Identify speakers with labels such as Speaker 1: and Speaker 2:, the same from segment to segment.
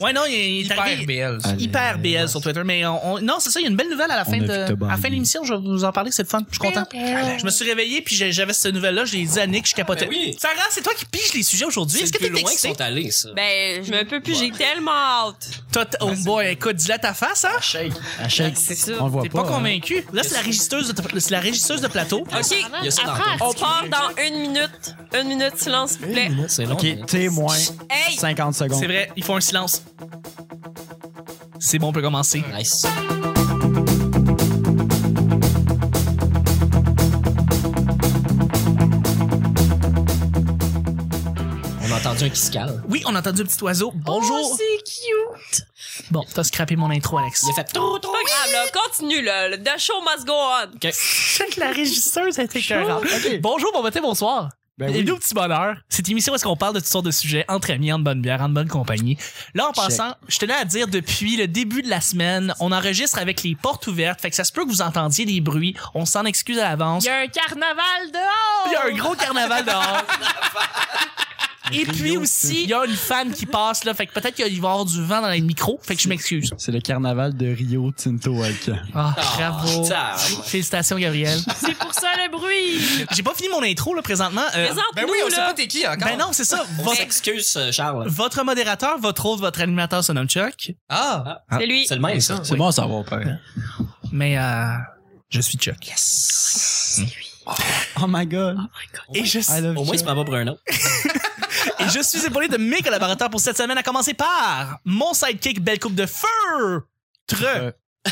Speaker 1: Ouais, non, il, il est
Speaker 2: Hyper
Speaker 1: arrivé.
Speaker 2: BL. ça.
Speaker 3: Allez.
Speaker 1: Hyper BS sur Twitter, mais on, on- non, c'est ça, il y a une belle nouvelle à la fin
Speaker 3: a
Speaker 1: de,
Speaker 3: vu que t'as
Speaker 1: à la fin de
Speaker 3: bandé.
Speaker 1: l'émission, je vais vous en parler, c'est le fun, je suis content. Je me suis réveillé, puis j'ai- j'avais cette nouvelle-là, j'ai dit à Nick, je capotais.
Speaker 4: Ah, ben oui.
Speaker 1: Sarah, c'est toi qui piges les sujets aujourd'hui,
Speaker 4: C'est
Speaker 1: est-ce que
Speaker 4: plus
Speaker 1: t'es
Speaker 4: loin qu'ils
Speaker 1: excité?
Speaker 4: sont allés, ça.
Speaker 5: Ben, je me peux plus, j'ai tellement hâte.
Speaker 1: Toi,
Speaker 4: Ben,
Speaker 1: t- oh boy, écoute, dis-la ta face, hein?
Speaker 3: À chaque-
Speaker 5: C'est ça.
Speaker 3: On le voit
Speaker 1: T'es
Speaker 3: pas. hein.
Speaker 1: pas convaincu? Là, c'est la régisseuse de, c'est la régisseuse de plateau.
Speaker 5: OK,
Speaker 4: Il y a ça dans le
Speaker 5: on part dans une minute. Une minute, silence, s'il vous plaît.
Speaker 4: temps. C'est long.
Speaker 3: hein.
Speaker 4: hein.
Speaker 3: Ok, témoin.
Speaker 5: Hey!
Speaker 3: 50 secondes.
Speaker 1: C'est vrai, il faut un silence. C'est bon, on peut commencer.
Speaker 4: Nice. On a entendu un qui se cale.
Speaker 1: Oui, on a entendu un petit oiseau. Bonjour.
Speaker 5: Oh, c'est cute!
Speaker 1: bon, t'as scrappé mon intro, Alex.
Speaker 4: Il a fait trop, trop.
Speaker 5: Pas grave, là, continue, là. Le- The show must go on.
Speaker 1: la régisseuse a été écœurante.
Speaker 3: Ah, Ok.
Speaker 1: Bonjour, bon matin, bonsoir.
Speaker 3: Ben
Speaker 1: Et
Speaker 3: oui.
Speaker 1: nous, petit bonheur, cette émission où est-ce qu'on parle de toutes sortes de sujets entre amis, en bonne bière, en bonne compagnie. Là, en passant, je tenais à dire, depuis le début de la semaine, on enregistre avec les portes ouvertes, fait que ça se peut que vous entendiez des bruits. On s'en excuse à l'avance.
Speaker 6: Il y a un carnaval dehors!
Speaker 1: Il y a un gros carnaval dehors. Et puis aussi, il y a une fan qui passe là, fait que peut-être qu'il va y avoir du vent dans les micros, fait que je m'excuse.
Speaker 3: C'est le carnaval de Rio Tinto Alcan.
Speaker 1: Ah,
Speaker 4: Ah,
Speaker 1: bravo.
Speaker 4: putain.
Speaker 1: Félicitations, Gabriel.
Speaker 6: C'est pour ça le bruit!
Speaker 1: J'ai pas fini mon intro là présentement. Euh,
Speaker 5: Présente-nous,
Speaker 2: Ben oui, on sait
Speaker 5: là.
Speaker 2: pas t'es qui encore.
Speaker 1: ben non, c'est ça.
Speaker 4: On
Speaker 1: Votre,
Speaker 4: s'excuse, euh, Charles.
Speaker 1: votre modérateur, votre autre, votre animateur se nomme Chuck,
Speaker 2: Ah!
Speaker 5: C'est lui.
Speaker 4: C'est le même, ça.
Speaker 3: C'est bon à savoir, père.
Speaker 1: mais euh, je suis Chuck.
Speaker 3: Oh my god.
Speaker 1: Et je,
Speaker 3: I love
Speaker 4: Au moins,
Speaker 3: you.
Speaker 4: il se prend pas pour un autre.
Speaker 1: et je suis épaulé de mes collaborateurs pour cette semaine, à commencer par mon sidekick Belle Coupe de Feu, Tre.
Speaker 3: Euh,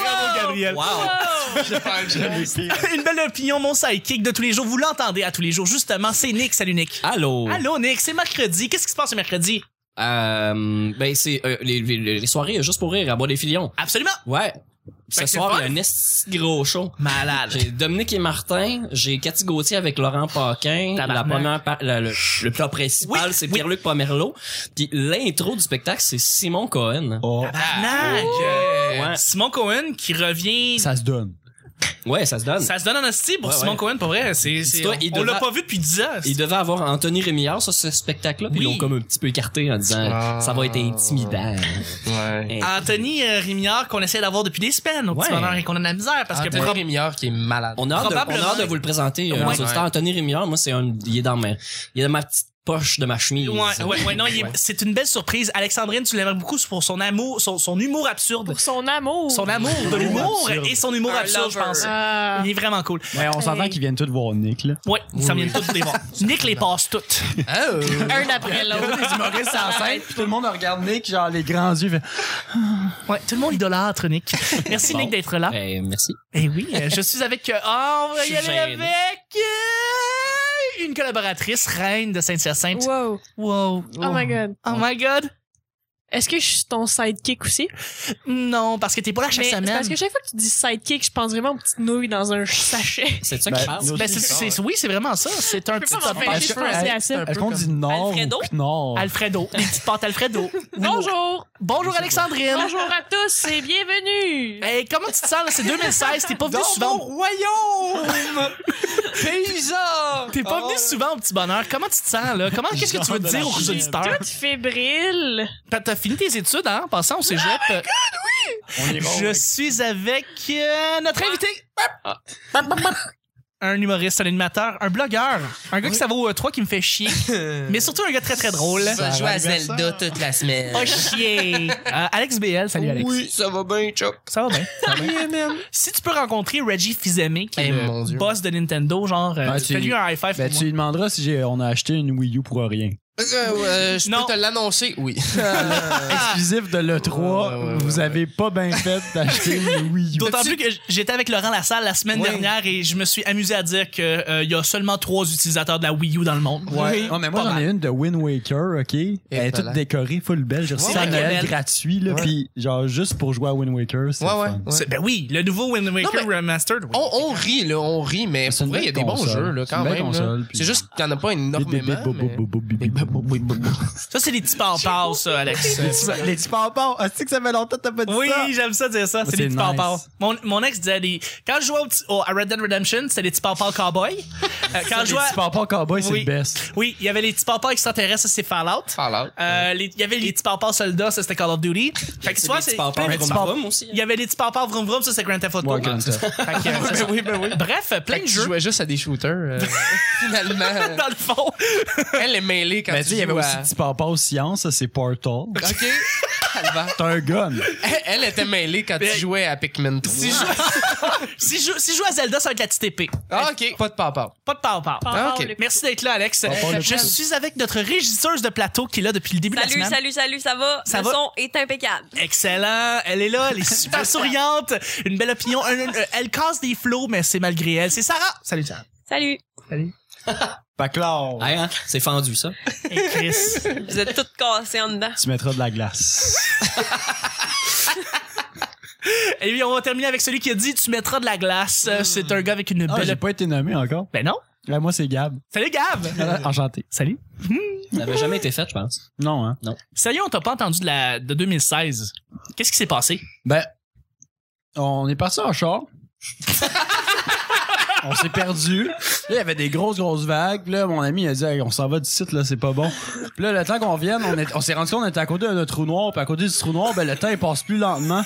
Speaker 1: Bravo, Gabriel.
Speaker 4: Wow.
Speaker 5: Oh!
Speaker 1: Une belle opinion, mon sidekick de tous les jours. Vous l'entendez à tous les jours, justement. C'est Nick, salut Nick.
Speaker 4: Allô.
Speaker 1: Allô, Nick, c'est mercredi. Qu'est-ce qui se passe ce mercredi?
Speaker 4: Euh, ben, c'est euh, les, les- les soirées juste pour rire à bois des filions.
Speaker 1: Absolument.
Speaker 4: Ouais.
Speaker 1: que
Speaker 4: Ce
Speaker 1: c'est
Speaker 4: soir,
Speaker 1: le
Speaker 4: il y a un esti de gros show.
Speaker 1: Malade.
Speaker 4: J'ai Dominique et Martin, j'ai Cathy Gauthier avec Laurent Paquin.
Speaker 1: Tabarnak.
Speaker 4: La première par- la- le, le plat principal,
Speaker 1: Oui,
Speaker 4: c'est
Speaker 1: oui.
Speaker 4: Pierre-Luc Pomerleau. Puis l'intro du spectacle, c'est Simon Cohen.
Speaker 3: Oh,
Speaker 1: Tabarnak.
Speaker 4: Ah, Ouais.
Speaker 1: Simon Cohen qui revient. Ça,
Speaker 3: ça se donne.
Speaker 4: Ouais, ça se donne.
Speaker 1: se donne en hostie pour
Speaker 4: Ouais,
Speaker 1: Simon
Speaker 4: ouais.
Speaker 1: Cohen, pour vrai. C'est, c'est-
Speaker 4: Dis-toi, il
Speaker 1: on l'a
Speaker 4: devra-
Speaker 1: pas vu depuis 10 ans.
Speaker 4: Il devait avoir Anthony Rémillard sur ce spectacle-là, puis
Speaker 1: Oui.
Speaker 4: ils l'ont comme un petit peu écarté en disant
Speaker 2: Ah.
Speaker 4: ça va être intimidant.
Speaker 2: Ouais.
Speaker 1: Anthony euh, Rémillard qu'on essaie d'avoir depuis des semaines au petit
Speaker 4: Ouais.
Speaker 1: bonheur et qu'on a de la misère parce
Speaker 2: Parce
Speaker 1: que prob-
Speaker 2: qui est malade.
Speaker 4: On a, hâte de, on
Speaker 1: Ah, Probablement.
Speaker 4: a hâte de vous le présenter. euh,
Speaker 1: Ouais.
Speaker 4: aux auditeurs. Anthony Rémillard, moi, c'est un, il est dans ma, il est dans ma petite poche de ma chemise.
Speaker 1: Ouais, ouais, ouais, non, il est- c'est une belle surprise. Alexandrine, tu l'aimerais beaucoup pour son amour, son, son humour absurde.
Speaker 6: Pour son amour!
Speaker 1: Son amour de l'humour et son humour
Speaker 5: Un
Speaker 1: absurde, je
Speaker 5: lover.
Speaker 1: pense.
Speaker 6: Ah.
Speaker 1: Il est vraiment cool.
Speaker 3: Ouais, on s'entend
Speaker 6: Hey.
Speaker 3: qu'ils viennent tous voir Nick, là.
Speaker 1: Ouais, ils s'en viennent tous les voir. Nick les passe toutes.
Speaker 6: Un après l'autre.
Speaker 3: Les humoristes en scène, puis tout le monde regarde Nick, genre les grands yeux. fait,
Speaker 1: Ouais, tout le monde idolâtre, Nick. Merci,
Speaker 4: Bon.
Speaker 1: Nick, d'être là.
Speaker 4: Eh, merci.
Speaker 1: Eh oui, euh, je suis avec... euh, oh, on va y
Speaker 4: Je suis
Speaker 1: aller
Speaker 4: gêné.
Speaker 1: avec... euh, une collaboratrice, reine de Sainte-Hyacinthe.
Speaker 6: Wow!
Speaker 1: Wow.
Speaker 6: Oh my god!
Speaker 1: Oh my God.
Speaker 6: Est-ce que je suis ton sidekick aussi?
Speaker 1: Non, parce que t'es pas là chaque
Speaker 6: Mais c'est
Speaker 1: semaine.
Speaker 6: Parce que chaque fois que tu dis sidekick, je pense vraiment aux petites nouilles dans un sachet.
Speaker 4: C'est de ça
Speaker 3: Ben,
Speaker 4: qui parle.
Speaker 3: nous-
Speaker 1: Ben, c'est- c'est- c'est- oui, c'est vraiment ça. C'est un
Speaker 6: Je peux
Speaker 1: petit
Speaker 6: pas
Speaker 1: tapage.
Speaker 6: m'empêcher de penser à ça.
Speaker 3: Est-ce qu'on dit nord
Speaker 5: Alfredo?
Speaker 3: ou nord?
Speaker 1: Alfredo, les petites pâtes Alfredo.
Speaker 6: Bonjour!
Speaker 1: Bonjour Alexandrine.
Speaker 6: Bonjour à tous et bienvenue!
Speaker 1: Hey, comment tu te sens là? C'est 2016, t'es pas venu souvent.
Speaker 2: royaume! Paysan!
Speaker 1: T'es pas venu souvent au petit bonheur. Comment tu te sens là? Comment qu'est-ce que tu veux
Speaker 3: Genre de
Speaker 1: dire
Speaker 3: la
Speaker 1: aux
Speaker 3: chimie.
Speaker 1: auditeurs?
Speaker 6: Toute fébrile!
Speaker 1: T'as t'as fini tes études hein, en passant au cégep.
Speaker 6: Ah,
Speaker 3: On est
Speaker 1: Je suis avec euh, notre invité. Un humoriste, un animateur, un blogueur, un gars qui ça vaut 3 qui me fait chier, mais surtout un gars très très drôle.
Speaker 2: Ça joue à Zelda toute la
Speaker 6: Oh,
Speaker 2: semaine.
Speaker 1: Pas chier. Euh, Alex BL, salut Alex.
Speaker 2: Oui, ça va bien, Chuck.
Speaker 1: Ça va bien. Si tu peux rencontrer Reggie Fils-Aimé, qui est
Speaker 2: Eh, mon
Speaker 1: le
Speaker 2: Dieu.
Speaker 1: boss de Nintendo, genre, euh,
Speaker 3: Ah, tu-
Speaker 1: fais-lui un high five
Speaker 3: Ben,
Speaker 1: pour
Speaker 3: tu lui demanderas si j'ai- on a acheté une Wii U pour rien.
Speaker 2: Euh, euh, je
Speaker 1: Non.
Speaker 2: peux te l'annoncer? Oui.
Speaker 3: Exclusif de l'E3,
Speaker 2: Ouais, ouais, ouais,
Speaker 3: vous
Speaker 2: ouais,
Speaker 3: avez pas bien fait d'acheter une Wii U.
Speaker 1: D'autant plus que j- j'étais avec Laurent Lassalle la semaine
Speaker 2: Ouais.
Speaker 1: dernière et je me suis amusé à dire qu'il y a seulement trois utilisateurs de la Wii U dans le monde.
Speaker 3: Ouais. Non, mais moi,
Speaker 1: Pas
Speaker 3: j'en ai une de Wind Waker, OK? Elle est toute
Speaker 2: voilà.
Speaker 3: décorée, full belle. J'ai reçu
Speaker 2: Ouais,
Speaker 3: ça à
Speaker 1: ouais.
Speaker 3: Noël
Speaker 1: Belle.
Speaker 3: gratuit, là.
Speaker 2: Ouais.
Speaker 3: Puis, genre, juste pour jouer à Wind Waker, c'est
Speaker 2: Ouais,
Speaker 3: le
Speaker 2: ouais.
Speaker 3: fun.
Speaker 2: ouais.
Speaker 1: C'est- Ben oui, le nouveau Wind Waker
Speaker 2: Non, mais-
Speaker 1: Remastered. oui.
Speaker 2: On, on rit, là, on rit, mais
Speaker 3: C'est
Speaker 2: pour
Speaker 3: une
Speaker 2: vrai, il y a
Speaker 3: belle
Speaker 2: des bons
Speaker 3: console.
Speaker 2: jeux, là,
Speaker 3: C'est une
Speaker 2: quand
Speaker 3: belle
Speaker 2: même. là.
Speaker 3: console, puis-
Speaker 2: C'est juste qu'il n'y en a pas
Speaker 3: Bip, bip,
Speaker 2: énormément.
Speaker 3: bip, bip,
Speaker 2: mais-
Speaker 3: bip, bip, bip,
Speaker 2: Bip,
Speaker 1: Ça, c'est les petits parpars, ça, Alex.
Speaker 3: Les petits pampons. Ah, c'est que ça fait longtemps que t'as pas dit
Speaker 1: Oui,
Speaker 3: ça?
Speaker 1: j'aime ça dire ça, c'est
Speaker 3: C'est
Speaker 1: les petits
Speaker 3: nice.
Speaker 1: papas. Mon, mon ex disait les... Quand je jouais au petit- au- à Red Dead Redemption, c'était les petits papas cowboy. Euh, quand je
Speaker 3: Les
Speaker 1: jouais...
Speaker 3: petits pampons cowboy, c'est
Speaker 1: Oui.
Speaker 3: le best.
Speaker 1: Oui, il y avait les petits papas extraterrestres, ça c'est Fallout.
Speaker 2: Fallout.
Speaker 1: Euh, les- Il y avait les petits papas soldats, ça c'était Call of Duty. Fait que tu vois, c'est...
Speaker 4: Par rapport
Speaker 1: plein de petits papas.
Speaker 2: hein.
Speaker 4: aussi.
Speaker 6: hein.
Speaker 1: Il y avait les petits papas vroom vroom, ça c'est Grand Theft Auto.
Speaker 3: Ouais, Grand Theft.
Speaker 1: Fait que, euh, c'est ça.
Speaker 2: oui, ben oui.
Speaker 1: Bref, plein de
Speaker 2: Fait que tu
Speaker 1: jeux.
Speaker 2: jouais euh, juste à des shooters. euh, finalement,
Speaker 1: Dans le fond.
Speaker 2: elle est mêlée quand
Speaker 3: Mais Ben, tu sais,
Speaker 2: tu
Speaker 3: il y avait
Speaker 2: joues
Speaker 3: aussi
Speaker 2: à-
Speaker 3: petit papa aux sciences, ça, c'est Portal.
Speaker 2: OK. Calvaire.
Speaker 3: T'as un gun.
Speaker 2: Elle, elle était mêlée quand
Speaker 1: Mais-
Speaker 2: tu jouais à Pikmin 3.
Speaker 1: Si je, si, je, si je joue à Zelda, ça va être la petite épée.
Speaker 2: Ah, OK. Pas de papa.
Speaker 1: Pas de papa.
Speaker 6: Par
Speaker 2: ok.
Speaker 6: le-
Speaker 1: Merci d'être là, Alex.
Speaker 3: Papa, le
Speaker 1: Je
Speaker 3: papa.
Speaker 1: suis avec notre régisseuse de plateau qui est là depuis le début de la
Speaker 5: Salut,
Speaker 1: semaine.
Speaker 5: salut, salut, ça va?
Speaker 1: Ça
Speaker 5: le
Speaker 1: va?
Speaker 5: son est impeccable.
Speaker 1: Excellent, elle est là, elle est super souriante, une belle opinion, Un- un- euh, elle casse des flots, mais c'est malgré elle. C'est Sarah. Salut Sarah.
Speaker 5: Salut.
Speaker 3: Baclard.
Speaker 4: Ouais, hein? C'est fendu, ça.
Speaker 1: Et Chris.
Speaker 5: Vous êtes toutes cassées en dedans.
Speaker 3: Tu mettras de la glace.
Speaker 1: Et puis Eh on va terminer avec celui qui a dit tu mettras de la glace. Euh, C'est un gars avec une
Speaker 3: Ah,
Speaker 1: belle.
Speaker 3: j'ai pas été nommé encore.
Speaker 1: Ben non.
Speaker 3: Là, moi, c'est Gab.
Speaker 1: Salut Gab.
Speaker 3: Euh, Enchanté.
Speaker 1: Salut.
Speaker 4: Ça n'avait jamais été fait, je pense.
Speaker 3: Non, hein?
Speaker 1: Salut, on t'a pas entendu de la de 2016. Qu'est-ce qui s'est passé
Speaker 3: Ben, on est parti en char. on s'est perdu. Là, il y avait des grosses, grosses vagues. Puis Là, mon ami, il a dit, Hey, on s'en va du site, là, c'est pas bon. Puis là, le temps qu'on vienne, on, est- on s'est rendu compte qu'on était à côté d'un trou noir. Puis à côté du trou noir, ben, le temps, il passe plus lentement.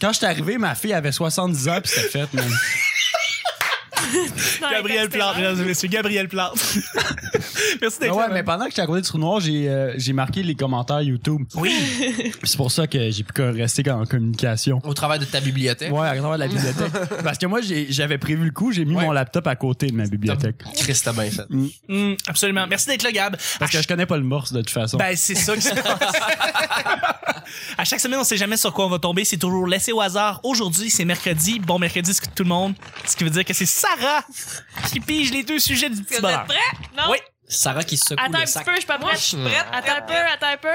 Speaker 3: Quand j'étais arrivé, ma fille avait 70 ans, puis c'était fait, man.
Speaker 6: Ah,
Speaker 1: Gabriel Plante, mesdames et messieurs, Gabriel Plante. Ben Merci
Speaker 3: Ah
Speaker 1: d'être
Speaker 3: ouais,
Speaker 1: là.
Speaker 3: mais pendant que j'étais à côté du trou noir, j'ai euh, j'ai marqué les commentaires YouTube.
Speaker 1: Oui.
Speaker 3: Puis c'est pour ça que j'ai pu qu'à rester en communication.
Speaker 2: Au travers de ta bibliothèque.
Speaker 3: Ouais, à travers la bibliothèque. Parce que moi, j'ai- j'avais prévu le coup, j'ai mis
Speaker 2: Ouais.
Speaker 3: mon laptop à côté de ma bibliothèque.
Speaker 2: Chris, t'as bien fait.
Speaker 1: Mm, absolument. Merci d'être là, Gab.
Speaker 3: Parce que je connais pas le morse de toute façon.
Speaker 1: Ben, c'est ça qui se passe. à chaque semaine, on sait jamais sur quoi on va tomber. C'est toujours laissé au hasard. Aujourd'hui, c'est mercredi. Bon mercredi, c'est tout le monde. Ce qui veut dire que c'est Sarah qui pige les deux sujets du
Speaker 5: Est-ce
Speaker 1: petit
Speaker 5: que vous
Speaker 1: bonheur.
Speaker 5: êtes prêts? Non?
Speaker 1: Oui.
Speaker 4: Sarah qui secoue
Speaker 6: Attends un
Speaker 4: le
Speaker 6: petit
Speaker 4: sac.
Speaker 6: peu, je suis pas
Speaker 5: Moi,
Speaker 6: prête.
Speaker 5: je suis prête.
Speaker 6: Attends un peu, attends un peu.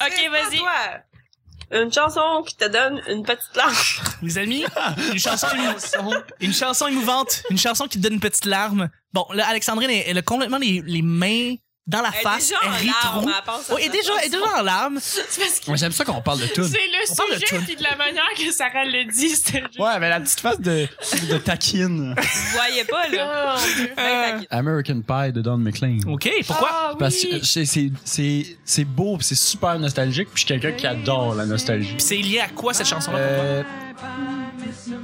Speaker 6: Ok, vas-y.
Speaker 5: Une chanson qui te donne une petite lâche.
Speaker 1: Les amis, une chanson, émou- une chanson émouvante, une chanson qui te donne une petite larme. Bon, là, Alexandrine, elle, elle a complètement les, les mains dans la
Speaker 5: Elle est
Speaker 1: face.
Speaker 5: déjà en
Speaker 1: elle rit
Speaker 5: larmes,
Speaker 1: trop.
Speaker 5: elle pense à
Speaker 1: Oui, elle est
Speaker 5: sa
Speaker 1: déjà, elle est
Speaker 5: chanson.
Speaker 1: déjà en larmes.
Speaker 6: C'est parce que
Speaker 3: Ouais, J'aime ça qu'on parle de tout.
Speaker 6: c'est le
Speaker 1: On parle de
Speaker 6: sujet,
Speaker 1: toi.
Speaker 6: puis de la manière que Sarah le dit, c'était juste.
Speaker 3: Ouais, mais la petite face de, de taquine.
Speaker 5: Vous voyez pas, là?
Speaker 6: Oh, mon Dieu.
Speaker 5: Ben, fait que-
Speaker 3: American Pie de Don McLean.
Speaker 1: OK, pourquoi?
Speaker 6: Ah, oui.
Speaker 3: Parce que c'est- c'est- c'est c'est beau, pis c'est super nostalgique, puis je suis quelqu'un qui adore la nostalgie.
Speaker 1: Puis c'est lié à quoi
Speaker 5: Ah.
Speaker 1: cette chanson-là? pour toi?
Speaker 3: Euh,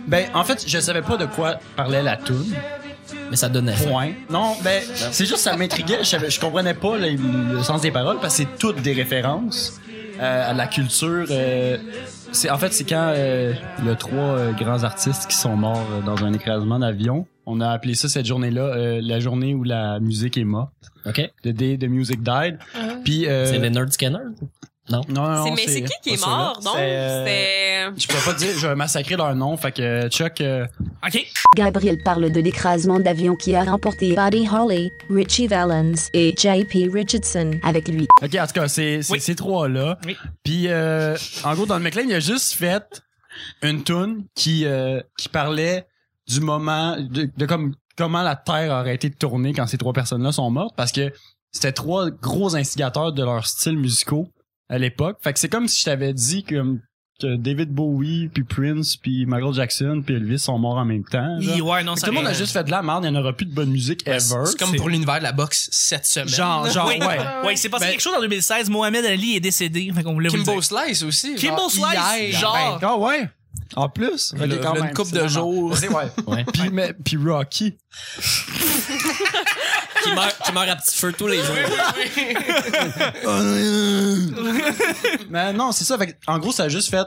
Speaker 3: ben, en fait, je savais pas de quoi parlait la toune.
Speaker 4: Mais ça donnait faim.
Speaker 3: Point. Non, ben, c'est juste ça m'intriguait. Je, savais- je comprenais pas le, le sens des paroles parce que c'est toutes des références euh, à la culture. euh, c'est en fait c'est quand euh, il y a trois euh, grands artistes qui sont morts euh, dans un écrasement d'avion. On a appelé ça cette journée-là euh, la journée où la musique est morte.
Speaker 4: OK?
Speaker 3: The day the music died. Puis euh,
Speaker 4: C'est Leonard Skinner?
Speaker 3: non, non,
Speaker 5: Ah. C'est-
Speaker 3: non,
Speaker 5: mais c'est qui qui
Speaker 3: pas
Speaker 5: est
Speaker 3: ça, là.
Speaker 5: mort, donc?
Speaker 3: C'est, euh,
Speaker 5: C'est.
Speaker 3: Je peux pas dire, je vais massacrer leur nom. Fait que Chuck. euh,
Speaker 1: OK.
Speaker 7: Gabriel parle de l'écrasement d'avion qui a remporté Buddy Holly, Richie Valens et JP Richardson avec lui.
Speaker 3: Ok, en tout cas, c'est c'est
Speaker 1: Oui.
Speaker 3: ces trois-là.
Speaker 1: Oui.
Speaker 3: Puis, euh, en gros, dans le McLean, il a juste fait une toune qui, euh, qui parlait du moment, de, de comme, comment la Terre aurait été tournée quand ces trois personnes-là sont mortes, parce que c'était trois gros instigateurs de leurs styles musicaux à l'époque. Fait que c'est comme si je t'avais dit que, que David Bowie, puis Prince, puis Michael Jackson, puis Elvis sont morts en même temps. genre.
Speaker 1: Ouais, non,
Speaker 3: Fait
Speaker 1: ça
Speaker 3: que Euh, tout le monde a
Speaker 1: ré-
Speaker 3: juste fait de la merde, il n'y en aura plus de bonne musique ever.
Speaker 2: C'est comme pour l'univers de la boxe cette semaine.
Speaker 3: Genre, genre,
Speaker 1: Oui.
Speaker 3: ouais.
Speaker 1: Ah, Ouais, il s'est passé
Speaker 2: Ben-
Speaker 1: quelque chose en 2016. Mohamed Ali est décédé. Fait qu'on voulait vous le
Speaker 2: Kimbo
Speaker 1: dire.
Speaker 2: Slice aussi.
Speaker 1: Kimbo
Speaker 2: genre,
Speaker 1: Slice,
Speaker 2: hier,
Speaker 1: genre.
Speaker 3: Ah ouais? En plus? Ok,
Speaker 2: Ben, le-
Speaker 3: quand
Speaker 2: le-
Speaker 3: même,
Speaker 2: une coupe
Speaker 3: c'est
Speaker 2: de
Speaker 3: vraiment-
Speaker 2: jours.
Speaker 4: Ouais.
Speaker 3: Puis, mais- puis Rocky.
Speaker 4: qui, meurt, qui meurt à petit feu tous les jours.
Speaker 3: mais non, c'est ça. Fait que, en gros, ça a juste fait.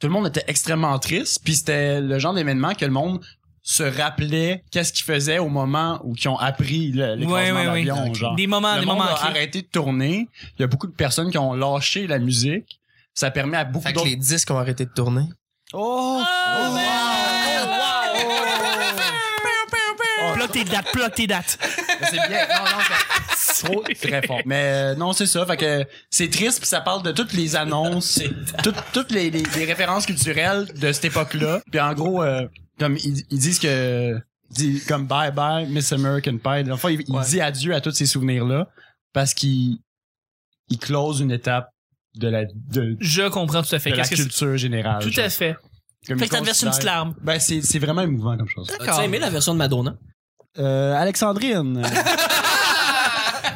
Speaker 3: Tout le monde était extrêmement triste. Puis c'était le genre d'événement que le monde se rappelait qu'est-ce qu'ils faisaient au moment où ils ont appris le- l'écrasement
Speaker 1: Ouais, ouais, ouais.
Speaker 3: d'avion. Genre.
Speaker 1: Des moments,
Speaker 3: le
Speaker 1: des
Speaker 3: monde
Speaker 1: moments
Speaker 3: a
Speaker 1: clés.
Speaker 3: arrêté de tourner. Il y a beaucoup de personnes qui ont lâché la musique. Ça permet à beaucoup
Speaker 2: Fait que
Speaker 3: d'autres...
Speaker 2: les disques ont arrêté de tourner.
Speaker 3: Oh!
Speaker 6: Oh, man.
Speaker 3: Oh,
Speaker 1: Bloque tes dates, bloque tes dates.
Speaker 3: Mais C'est bien. Non, non, c'est trop très fort. Mais euh, non, c'est ça. Fait que c'est triste puis ça parle de toutes les annonces, toutes, toutes les, les- les références culturelles de cette époque-là. Puis en gros, euh, comme ils, ils disent que dit comme bye bye Miss American Pie. Enfin, il, il
Speaker 2: Ouais.
Speaker 3: dit adieu à tous ces souvenirs-là parce qu'il il close une étape de la, de,
Speaker 1: Je comprends tout à
Speaker 3: de
Speaker 1: fait.
Speaker 3: la
Speaker 1: Qu'est-ce que c'est?
Speaker 3: culture générale.
Speaker 1: Tout à fait. Fait que t'as versé une petite larme.
Speaker 3: Ben, c'est c'est vraiment émouvant comme chose.
Speaker 4: As-tu aimé la version de Madonna?
Speaker 3: Euh, Alexandrine.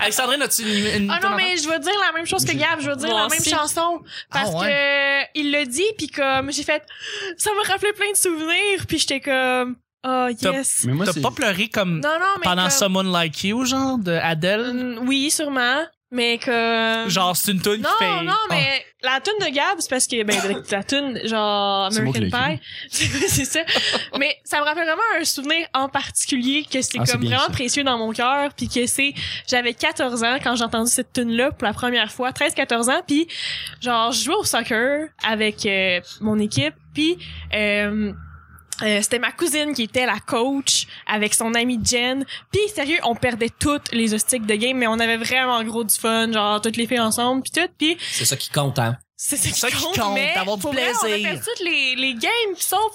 Speaker 1: Alexandrine, as-tu une, une-
Speaker 6: Ah
Speaker 1: ton
Speaker 6: non, mais je vais dire la même chose que Gab, je vais dire
Speaker 1: Moi
Speaker 6: la même
Speaker 1: aussi.
Speaker 6: chanson. Parce
Speaker 1: Ah
Speaker 6: que il l'a dit, puis comme j'ai fait, ça m'a rappelé plein de souvenirs, puis j'étais comme, oh
Speaker 1: T'as-
Speaker 6: yes.
Speaker 3: Mais moi,
Speaker 1: enfant?
Speaker 3: c'est- Ah,
Speaker 1: T'as pas pleuré comme
Speaker 6: Non, non, mais
Speaker 1: pendant
Speaker 6: comme-
Speaker 1: Someone Like You, genre, de Adele?
Speaker 6: Mm, Oui, sûrement, mais que...
Speaker 1: Genre, c'est une tune
Speaker 6: Non,
Speaker 1: qui fait... Ah.
Speaker 6: non, mais la tune de Gab, c'est parce que ben la tune genre
Speaker 3: C'est moi qui
Speaker 6: American
Speaker 3: l'ai écrit.
Speaker 6: Pie, c'est c'est ça. mais ça me rappelle vraiment un souvenir en particulier que c'est
Speaker 3: Ah, c'est
Speaker 6: comme
Speaker 3: bien
Speaker 6: vraiment
Speaker 3: ça.
Speaker 6: précieux dans mon cœur, puis que c'est j'avais 14 ans quand j'ai entendu cette tune là pour la première fois, 13 14 ans, puis genre je jouais au soccer avec euh, mon équipe, puis euh, euh, c'était ma cousine qui était la coach avec son amie Jen. Puis sérieux, on perdait toutes les hostiques de game, mais on avait vraiment gros du fun, genre toutes les filles ensemble, puis tout. Puis
Speaker 4: C'est ça qui compte, hein?
Speaker 6: c'est ça qui
Speaker 1: ça qui
Speaker 6: compte,
Speaker 1: compte,
Speaker 6: mais
Speaker 1: d'avoir du
Speaker 6: pour vrai,
Speaker 1: plaisir.
Speaker 6: on a fait toutes les, les games, sauf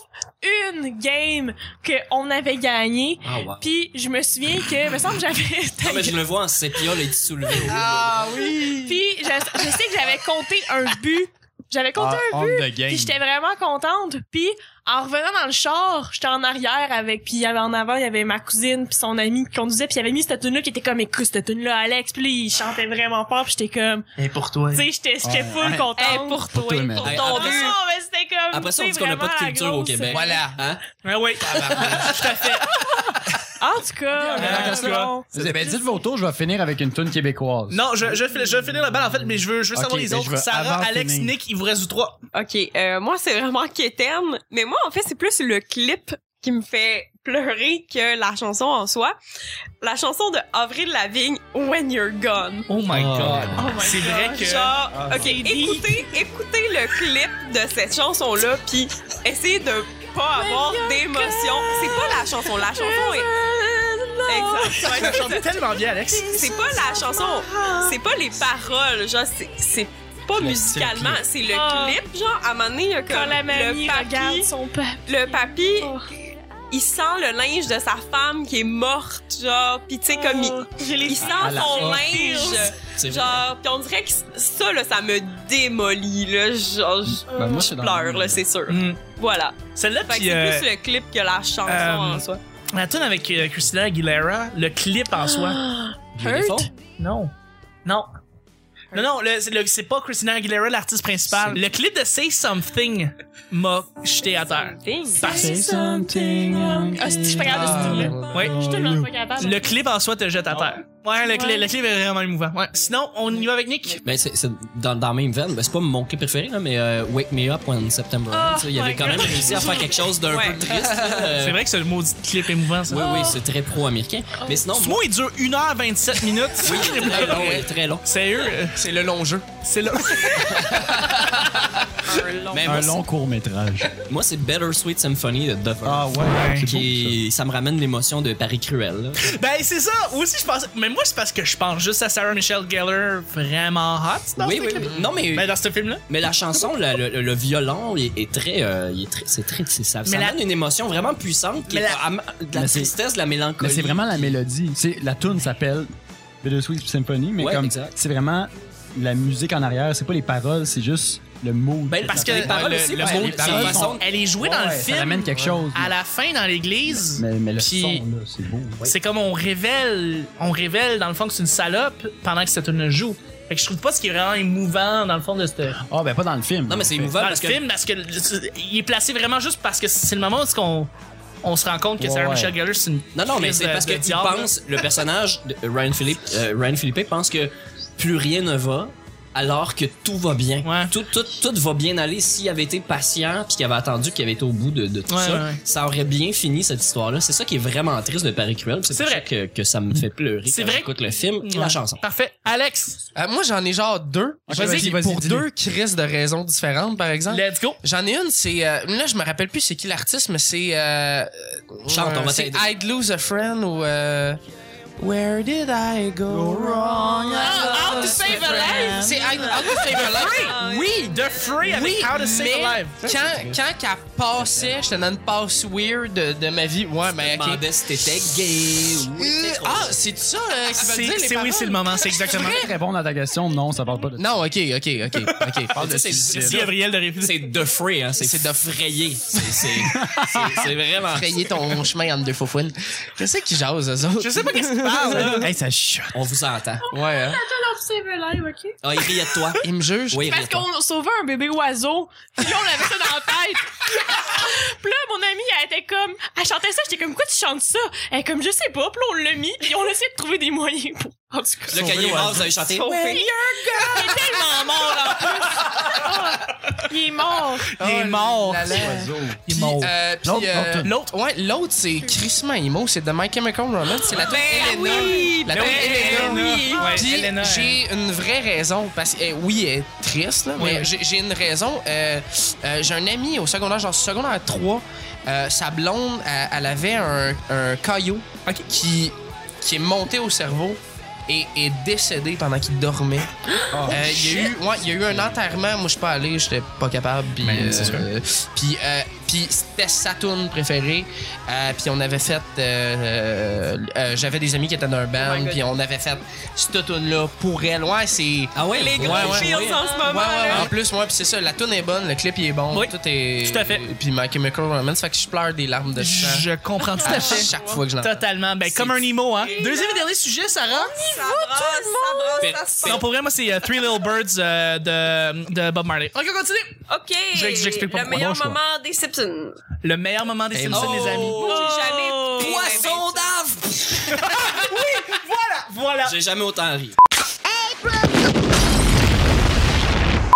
Speaker 6: une game qu'on avait gagnée.
Speaker 4: Ah, ouais.
Speaker 6: Puis je me souviens que, me semble, que
Speaker 4: Ah, mais
Speaker 6: j'avais...
Speaker 4: je le vois en sépia, là, il est soulevé.
Speaker 6: Ah, Puis je, je sais que j'avais compté un but. J'avais compté un
Speaker 3: on the game.
Speaker 1: Ah,
Speaker 6: Puis j'étais vraiment contente. Puis en revenant dans le char, j'étais en arrière avec puis il y avait en avant, il y avait ma cousine puis son ami qui conduisait puis il avait mis cette tune là qui était comme écoute cette tune là Alex puis là, il chantait vraiment fort puis j'étais comme
Speaker 2: Et pour toi.
Speaker 6: tu sais j'étais
Speaker 3: Ouais.
Speaker 6: j'étais full contente.
Speaker 5: Hey, pour toi,
Speaker 3: toi, man.
Speaker 5: pour
Speaker 4: Hey,
Speaker 5: ton
Speaker 6: Ah
Speaker 4: après
Speaker 5: but.
Speaker 6: non, mais c'était comme
Speaker 4: Après ça, on
Speaker 6: tu
Speaker 4: dit
Speaker 6: sais,
Speaker 4: qu'on n'a pas de
Speaker 6: vraiment la
Speaker 4: culture au
Speaker 6: grosse-
Speaker 4: Québec.
Speaker 2: Voilà.
Speaker 4: Hein?
Speaker 1: Ah oui,
Speaker 2: Tabarnak.
Speaker 1: tout à fait.
Speaker 6: En tout cas,
Speaker 1: mais
Speaker 6: euh,
Speaker 1: d'accord.
Speaker 6: bon.
Speaker 3: Vous avez- Ben, dites vos tours, je vais finir avec une tune québécoise.
Speaker 1: Non, je, je, vais- je vais finir la balle, en fait, mais je veux, je veux
Speaker 3: Ok,
Speaker 1: savoir les
Speaker 3: ben, je
Speaker 1: autres.
Speaker 3: vais
Speaker 1: Sarah,
Speaker 3: avant
Speaker 1: Alex,
Speaker 3: finir.
Speaker 1: Nick, il vous reste du trois.
Speaker 5: OK, euh, moi, c'est vraiment quétaine. Mais moi, en fait, c'est plus le clip qui me fait pleurer que la chanson en soi. La chanson de Avril Lavigne, When You're Gone.
Speaker 1: Oh my
Speaker 4: God.
Speaker 1: c'est vrai que...
Speaker 5: Genre, OK,
Speaker 6: c'est deep.
Speaker 5: écoutez, écoutez le clip de cette chanson-là, puis essayez de pas avoir d'émotion. C'est pas la chanson. La chanson est... Exact.
Speaker 1: Tu la chantes tellement bien, Alex.
Speaker 5: C'est pas la chanson. C'est pas les paroles. Genre, c'est- c'est pas musicalement. C'est le
Speaker 6: Ah.
Speaker 5: clip. Genre, à un moment donné, il y a comme
Speaker 6: Quand la mamie
Speaker 5: le
Speaker 6: regarde
Speaker 5: papy.
Speaker 6: son père.
Speaker 5: Le papy,
Speaker 6: Oh.
Speaker 5: il sent le linge de sa femme qui est morte, genre, pis tu sais, comme il,
Speaker 6: je l'ai
Speaker 5: il sent
Speaker 3: À la
Speaker 5: son
Speaker 3: fin.
Speaker 5: linge,
Speaker 4: C'est vrai.
Speaker 5: genre, pis on dirait que ça, là, ça me démolit, là, genre, je
Speaker 3: Ben, moi, c'est dans
Speaker 5: pleure, là, c'est sûr.
Speaker 1: Hmm.
Speaker 5: Voilà.
Speaker 1: Celle-là,
Speaker 5: Fait que
Speaker 1: puis
Speaker 5: c'est
Speaker 1: euh,
Speaker 5: plus le clip que la chanson
Speaker 1: euh,
Speaker 5: en soi.
Speaker 1: la tune avec euh, Christina Aguilera, le clip en soi.
Speaker 4: Beautiful.
Speaker 1: Non. Non. Non, non, le- c'est le- c'est pas Christina Aguilera, l'artiste principale. Le clip de Say Something m'a jeté à terre. Parce
Speaker 6: Say something. Ah, si, je suis pas capable de ce truc-là.
Speaker 1: Ouais.
Speaker 6: Je suis tellement pas capable.
Speaker 1: le clip en soi te jette à terre. Ouais, le, cli-
Speaker 6: Ouais.
Speaker 1: le clip est vraiment émouvant. Ouais. Sinon, on y va avec Nick.
Speaker 4: Ben, c'est, c'est dans, dans la même veine. Ben, c'est pas mon clip préféré, là, mais euh, Wake Me Up When September
Speaker 6: Ah,
Speaker 4: Ends, là, Il avait
Speaker 6: my
Speaker 4: quand même
Speaker 6: God.
Speaker 4: réussi à faire quelque chose d'un
Speaker 5: Ouais.
Speaker 4: peu triste. là, euh,
Speaker 1: C'est vrai que ce maudit clip émouvant, ça.
Speaker 4: Oui, oui, c'est très pro-américain. Mais sinon,
Speaker 1: Ce
Speaker 4: moi,
Speaker 1: mot, il dure 1h27 minutes.
Speaker 4: oui, très long, ouais, très long.
Speaker 1: Sérieux, euh,
Speaker 2: C'est le long jeu.
Speaker 1: c'est là. Ah.
Speaker 4: Mais
Speaker 3: Un
Speaker 4: moi,
Speaker 3: long court-métrage.
Speaker 4: c'est- moi, c'est Better Sweet Symphony de Duffer.
Speaker 3: Ah, ouais. c'est beau,
Speaker 4: qui, ça. me ramène l'émotion de Paris Cruel. là.
Speaker 1: Ben, c'est ça. Aussi, je pense. Mais moi, c'est parce que je pense juste à Sarah Michelle Gellar vraiment hot dans
Speaker 4: oui,
Speaker 1: ce
Speaker 4: oui,
Speaker 1: clip.
Speaker 4: oui. Non, mais,
Speaker 1: Ben, dans ce film-là.
Speaker 4: mais la chanson, la- le, le violon, il est très. euh, il est très c'est très. c'est- Ça, ça
Speaker 1: Mais la-
Speaker 4: amène une émotion vraiment puissante qui
Speaker 1: Mais
Speaker 4: est
Speaker 1: la-
Speaker 4: am- de la
Speaker 3: Mais c'est-
Speaker 4: tristesse, de la
Speaker 3: Mais
Speaker 4: mélancolie.
Speaker 3: c'est vraiment la mélodie. C'est la tune s'appelle Bittersweet Symphony, mais
Speaker 4: Ouais,
Speaker 3: comme
Speaker 4: exact.
Speaker 3: c'est vraiment la musique en arrière, c'est pas les paroles, c'est juste le mood.
Speaker 4: Ben,
Speaker 1: Parce que
Speaker 4: Les paroles
Speaker 1: le,
Speaker 4: aussi,
Speaker 1: le
Speaker 4: parce
Speaker 1: mot-
Speaker 4: que les
Speaker 1: c'est
Speaker 4: paroles
Speaker 1: une
Speaker 4: sont-
Speaker 1: façon- elle est jouée dans le
Speaker 3: Ouais,
Speaker 1: film
Speaker 3: ça amène quelque chose.
Speaker 1: à la fin dans l'église.
Speaker 3: mais, mais le
Speaker 1: Puis-
Speaker 3: son là, c'est beau.
Speaker 1: C'est comme on révèle, on révèle dans le fond que c'est une salope pendant que cette tune joue. Fait que je trouve pas ce qui est vraiment émouvant dans le fond de ce
Speaker 3: Ah ben pas dans le film.
Speaker 4: Non, mais c'est
Speaker 3: En fait.
Speaker 4: émouvant
Speaker 1: dans le
Speaker 4: parce que.
Speaker 1: film parce que le- il est placé vraiment juste parce que c'est le moment où est-ce qu'on on se rend compte que
Speaker 3: Ouais,
Speaker 1: Sarah
Speaker 3: ouais.
Speaker 1: Michelle Gellar c'est une
Speaker 4: Non, non, mais
Speaker 1: crise
Speaker 4: c'est
Speaker 1: de-
Speaker 4: parce
Speaker 1: de
Speaker 4: que il
Speaker 1: diable.
Speaker 4: pense, le personnage de Ryan Philippe, euh, Ryan Philippe pense que plus rien ne va alors que tout va bien.
Speaker 1: Ouais.
Speaker 4: Tout, tout, tout va bien aller. S'il avait été patient puis qu'il avait attendu qu'il avait été au bout de, de tout
Speaker 1: Ouais,
Speaker 4: ça,
Speaker 1: ouais, ouais.
Speaker 4: ça aurait bien fini cette histoire-là. C'est ça qui est vraiment triste de Paris Cruel. puis C'est
Speaker 1: C'est
Speaker 4: pour
Speaker 1: vrai.
Speaker 4: ça que, que ça me fait pleurer
Speaker 1: C'est
Speaker 4: quand
Speaker 1: vrai.
Speaker 4: j'écoute le film et
Speaker 1: Ouais.
Speaker 4: la chanson.
Speaker 1: Parfait, Alex,
Speaker 2: Euh, moi, j'en ai genre deux.
Speaker 3: Ok,
Speaker 2: Vas-y,
Speaker 3: vas-y, vas-y,
Speaker 2: pour
Speaker 3: dis-les.
Speaker 2: deux crises de raisons différentes, par
Speaker 3: Hein?
Speaker 2: exemple.
Speaker 1: let's go.
Speaker 2: J'en ai une, c'est. euh, là, je me rappelle plus c'est qui l'artiste, mais c'est. Euh,
Speaker 4: Chante, on va
Speaker 2: C'est
Speaker 4: t'aider.
Speaker 2: I'd Lose a Friend ou. euh, Where did I go wrong?
Speaker 6: Ah, How to Save a Life?
Speaker 2: C'est Live, How to Save a Life.
Speaker 5: Ah,
Speaker 1: Oui, The Free avec
Speaker 2: Oui,
Speaker 1: How to Save
Speaker 2: mais
Speaker 1: a Life.
Speaker 2: quand, quand qu'elle passait, je te donne une passe weird de, de ma vie. Ouais, mais ok.
Speaker 4: demandais si t'étais gay ou.
Speaker 2: Euh, ah, c'est ça euh, qui va dire
Speaker 1: C'est
Speaker 2: les
Speaker 1: c'est- oui,
Speaker 2: paroles?
Speaker 1: c'est le moment, c'est exactement.
Speaker 3: Répondre à ta question, non, ça parle pas de ça.
Speaker 2: Non, ok, ok, ok, ok.
Speaker 4: Mais tu sais, c'est-
Speaker 1: Merci,
Speaker 4: c'est-
Speaker 1: Gabriel, de
Speaker 4: C'est
Speaker 1: réviser.
Speaker 4: de fray, hein. C'est
Speaker 2: C'est
Speaker 4: de
Speaker 2: de
Speaker 4: frayer. C'est c'est- c'est vraiment.
Speaker 2: Frayer ton chemin entre deux faux fouines. Qu'est-ce qui jase, eux autres?
Speaker 1: Je sais pas qu'est-ce qu'il parle, là.
Speaker 3: Hey, ça chute.
Speaker 4: On vous entend.
Speaker 2: Ouais, hein?
Speaker 6: OK?
Speaker 4: Ah, il rit à toi.
Speaker 2: Ils me jugent.
Speaker 4: Oui, il rit
Speaker 6: Parce
Speaker 4: à toi.
Speaker 6: qu'on sauvait un bébé oiseau. Puis là, on avait ça dans la tête. puis là, mon amie, elle était comme... Elle chantait ça. J'étais comme, pourquoi tu chantes ça? Elle est comme, je sais pas. Puis là, on l'a mis. Puis on a essayé de trouver des moyens pour... En tout cas...
Speaker 4: Là, quand il est mort, vous avez chanté.
Speaker 6: When you're gone. Il est tellement mort, là, en plus. Ah, il est mort.
Speaker 1: Il est
Speaker 2: Oh,
Speaker 1: mort.
Speaker 2: là, là.
Speaker 1: Il est
Speaker 2: Puis,
Speaker 1: mort.
Speaker 2: euh, puis,
Speaker 3: L'autre,
Speaker 2: euh,
Speaker 3: l'autre.
Speaker 1: L'autre.
Speaker 2: Ouais, l'autre, c'est Chrisman Imo, c'est de My Chemical Romance, c'est la tune Elena.
Speaker 1: ben
Speaker 2: la tune
Speaker 1: oui,
Speaker 2: Elena.
Speaker 1: Elena.
Speaker 2: Oui.
Speaker 1: Ouais,
Speaker 2: Puis
Speaker 1: Elena,
Speaker 2: j'ai une vraie raison parce que eh, oui, elle est triste là,
Speaker 1: Oui,
Speaker 2: mais
Speaker 1: oui.
Speaker 2: j'ai- j'ai une raison. Euh, euh, j'ai un ami au secondaire, genre secondaire 3, euh, sa blonde, elle, elle avait un, un caillot qui qui est monté au cerveau. Et est décédé pendant qu'il dormait. Euh, il, y a eu, ouais, il y a eu un enterrement. Moi, je suis pas allé, j'étais pas capable. Puis,
Speaker 3: Ben,
Speaker 2: euh,
Speaker 3: c'est sûr.
Speaker 2: puis, euh, puis c'était sa toune préférée. Euh, puis on avait fait. euh, euh, euh, J'avais des amis qui étaient dans un
Speaker 4: Oh
Speaker 2: band. puis on avait fait cette toune là pour elle. Ouais, c'est.
Speaker 4: Ah ouais,
Speaker 5: Les
Speaker 4: ouais,
Speaker 5: gros
Speaker 4: ouais,
Speaker 5: feels
Speaker 4: ouais.
Speaker 5: en ce
Speaker 2: Ouais,
Speaker 5: moment.
Speaker 2: ouais,
Speaker 5: là.
Speaker 2: En plus, moi, puis c'est ça, la toune est bonne, le clip il est bon,
Speaker 1: Oui.
Speaker 2: tout est.
Speaker 1: Tout à fait.
Speaker 2: Puis My Chemical Romance, fait que je pleure des larmes de sang.
Speaker 1: Je comprends tout à
Speaker 2: À
Speaker 1: fait.
Speaker 2: chaque fois que je l'entends.
Speaker 1: Totalement. Ben, comme un Nemo, hein. Deuxième et dernier sujet, Sarah.
Speaker 5: Ça brasse, ça brasse, ça se
Speaker 1: Non, pour vrai, moi, c'est euh, Three Little Birds euh, de, de Bob Marley. OK, on continue.
Speaker 5: OK.
Speaker 1: Je- j'explique pas
Speaker 5: Le
Speaker 1: pourquoi.
Speaker 5: meilleur
Speaker 1: Bon choix.
Speaker 5: moment des Simpsons.
Speaker 1: Le meilleur moment des Simpsons, les amis.
Speaker 5: J'ai jamais écouté.
Speaker 4: Poisson d'ave!
Speaker 1: Voilà.
Speaker 4: J'ai jamais autant ri.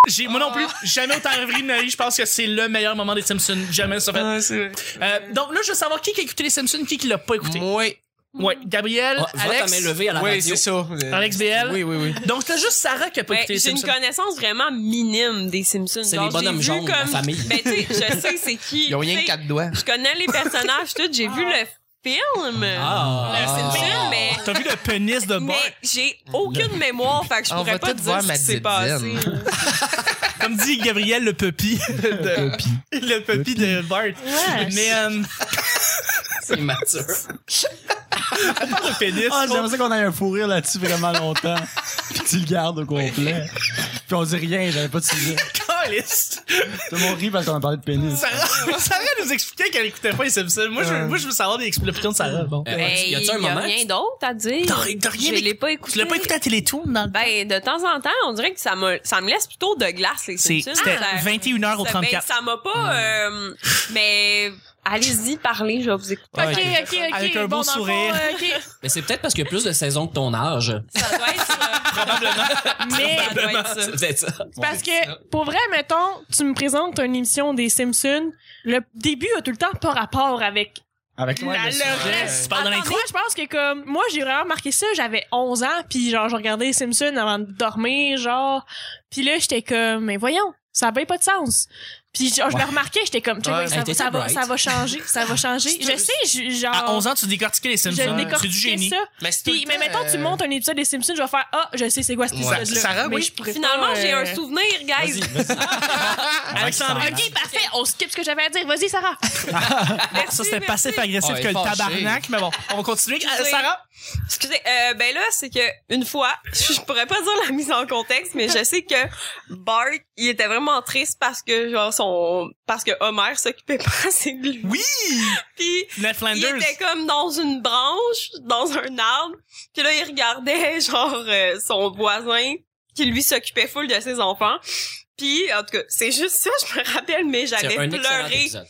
Speaker 1: J'ai, moi non plus, jamais autant ri de ma vie. Je pense que c'est le meilleur moment des Simpsons. Jamais ça fait. Euh, donc là, je veux savoir qui qui a écouté les Simpsons, qui qui l'a pas écouté.
Speaker 2: Oui,
Speaker 1: Ouais, Gabriel,
Speaker 4: Ah, vote à
Speaker 1: Alex.
Speaker 4: main levée à la
Speaker 2: oui,
Speaker 4: radio.
Speaker 2: c'est ça.
Speaker 1: Alex BL.
Speaker 2: Oui, oui, oui.
Speaker 1: Donc c'est juste Sarah qui a pas
Speaker 5: Ben,
Speaker 1: écouté les
Speaker 5: j'ai une
Speaker 1: Simpsons.
Speaker 5: connaissance vraiment minime des Simpsons.
Speaker 4: C'est
Speaker 5: Genre,
Speaker 4: les bonhommes
Speaker 5: j'ai vu
Speaker 4: jaunes, la
Speaker 5: comme-
Speaker 4: famille.
Speaker 5: Ben, tu sais, je sais c'est qui.
Speaker 2: Ils ont rien
Speaker 5: tu
Speaker 2: que
Speaker 5: sais,
Speaker 2: quatre doigts.
Speaker 5: Je connais les personnages, tout. J'ai vu le film.
Speaker 4: Ah.
Speaker 5: Le Simpson, mais.
Speaker 1: T'as vu le pénis de Bart?
Speaker 5: Mais j'ai aucune mémoire, fait que je
Speaker 2: On va
Speaker 5: pourrais pas
Speaker 2: tout
Speaker 5: te
Speaker 2: voir
Speaker 5: dire ce
Speaker 2: ma
Speaker 5: qui s'est passé.
Speaker 2: dizaine.
Speaker 1: Comme dit Gabriel, le puppy. de- le puppy de Bart.
Speaker 6: Ouais.
Speaker 1: Mais, euh,
Speaker 4: C'est Euh, immature.
Speaker 1: le pénis.
Speaker 3: Ah, j'aimerais ça qu'on ait un fou rire là-dessus vraiment longtemps. Puis tu le gardes au complet. Puis on dit rien, j'avais pas de sujet.
Speaker 1: Oh, Caliste.
Speaker 3: Tout le monde rit parce qu'on a parlé de pénis.
Speaker 1: Sarah, Sarah nous expliquait qu'elle écoutait pas les Simpsons. Moi, je, veux- moi, je veux savoir des explications de Sarah. Bon.
Speaker 2: Ben,
Speaker 4: Euh, y a-tu un
Speaker 5: Ben, y a
Speaker 4: moment?
Speaker 5: rien d'autre à dire.
Speaker 1: T'as- t'as rien
Speaker 5: Je
Speaker 1: écouté.
Speaker 5: l'ai pas écouté.
Speaker 1: Tu l'as pas écouté à Télétoon dans le
Speaker 5: Ben, de temps en temps, on dirait que ça me, ça me laisse plutôt de glace, les
Speaker 1: C'est-
Speaker 5: Simpsons.
Speaker 1: C'était
Speaker 5: Ça-
Speaker 1: 21h au
Speaker 5: ça- ben,
Speaker 1: 34.
Speaker 5: ça m'a pas...
Speaker 4: Hmm.
Speaker 5: euh, mais allez-y, parlez, je vais vous écouter.
Speaker 6: OK, OK, OK.
Speaker 1: Avec un
Speaker 6: bon,
Speaker 1: beau
Speaker 6: dans le fond,
Speaker 1: sourire.
Speaker 6: euh, OK.
Speaker 4: Mais c'est peut-être parce qu'il y a plus de saisons que ton âge.
Speaker 5: Ça doit être ça.
Speaker 6: Mais...
Speaker 5: Ça doit être ça.
Speaker 4: C'est peut-être ça.
Speaker 6: Parce que, pour vrai, mettons, tu me présentes une émission des Simpsons, le début a tout le temps pas rapport avec
Speaker 3: Avec toi,
Speaker 6: la,
Speaker 3: le
Speaker 6: le
Speaker 3: sujet.
Speaker 6: reste.
Speaker 1: Tu parles de
Speaker 6: Attendez,
Speaker 1: l'intro?
Speaker 6: je pense que comme, moi, j'ai vraiment remarqué ça, j'avais 11 ans, puis genre, je regardais les Simpsons avant de dormir, genre, puis là, j'étais comme, mais voyons, ça n'a pas de sens. Puis genre, je le remarquais, j'étais comme, check,
Speaker 2: Ouais.
Speaker 6: ça,
Speaker 4: Hey, t'es
Speaker 6: ça va,
Speaker 4: bright.
Speaker 6: ça va changer, ça va changer. je sais, je- genre...
Speaker 1: À 11 ans, tu décortiquais les
Speaker 6: je
Speaker 1: Simpsons. C'est du
Speaker 6: décortiquais
Speaker 1: génie.
Speaker 6: ça.
Speaker 2: Mais c'est
Speaker 6: Puis,
Speaker 2: tout
Speaker 6: mais
Speaker 2: le temps,
Speaker 6: mettons, tu
Speaker 2: euh,
Speaker 6: montes un épisode des Simpsons, je vais faire Ah, je sais c'est quoi cet
Speaker 2: Ouais.
Speaker 6: épisode-là.
Speaker 1: Sarah,
Speaker 6: Mais
Speaker 1: oui.
Speaker 6: je pourrais
Speaker 5: Finalement,
Speaker 6: pas,
Speaker 5: j'ai
Speaker 6: euh,
Speaker 5: un souvenir, guys.
Speaker 1: Alexandre,
Speaker 6: Ok, parfait, on skip ce que j'avais à dire. Vas-y, Sarah.
Speaker 1: ça c'était
Speaker 5: merci.
Speaker 1: passif-agressif
Speaker 2: Ouais,
Speaker 1: que le
Speaker 2: fâché.
Speaker 1: tabarnak. Mais bon, on continue. Ah,
Speaker 5: Oui.
Speaker 1: Sarah?
Speaker 5: Excusez, euh, ben là, c'est que une fois, je pourrais pas dire la mise en contexte, mais je sais que Bart, il était vraiment triste parce que genre son, parce que Homer s'occupait pas assez de lui.
Speaker 1: Oui!
Speaker 5: Puis
Speaker 1: Ned
Speaker 5: il
Speaker 1: Flanders.
Speaker 5: était comme dans une branche, dans un arbre, puis là il regardait genre euh, son voisin qui lui s'occupait full de ses enfants. Puis en tout cas, c'est juste ça, je me rappelle, mais
Speaker 4: C'est
Speaker 5: j'avais
Speaker 4: un excellent
Speaker 5: pleuré,
Speaker 4: épisode.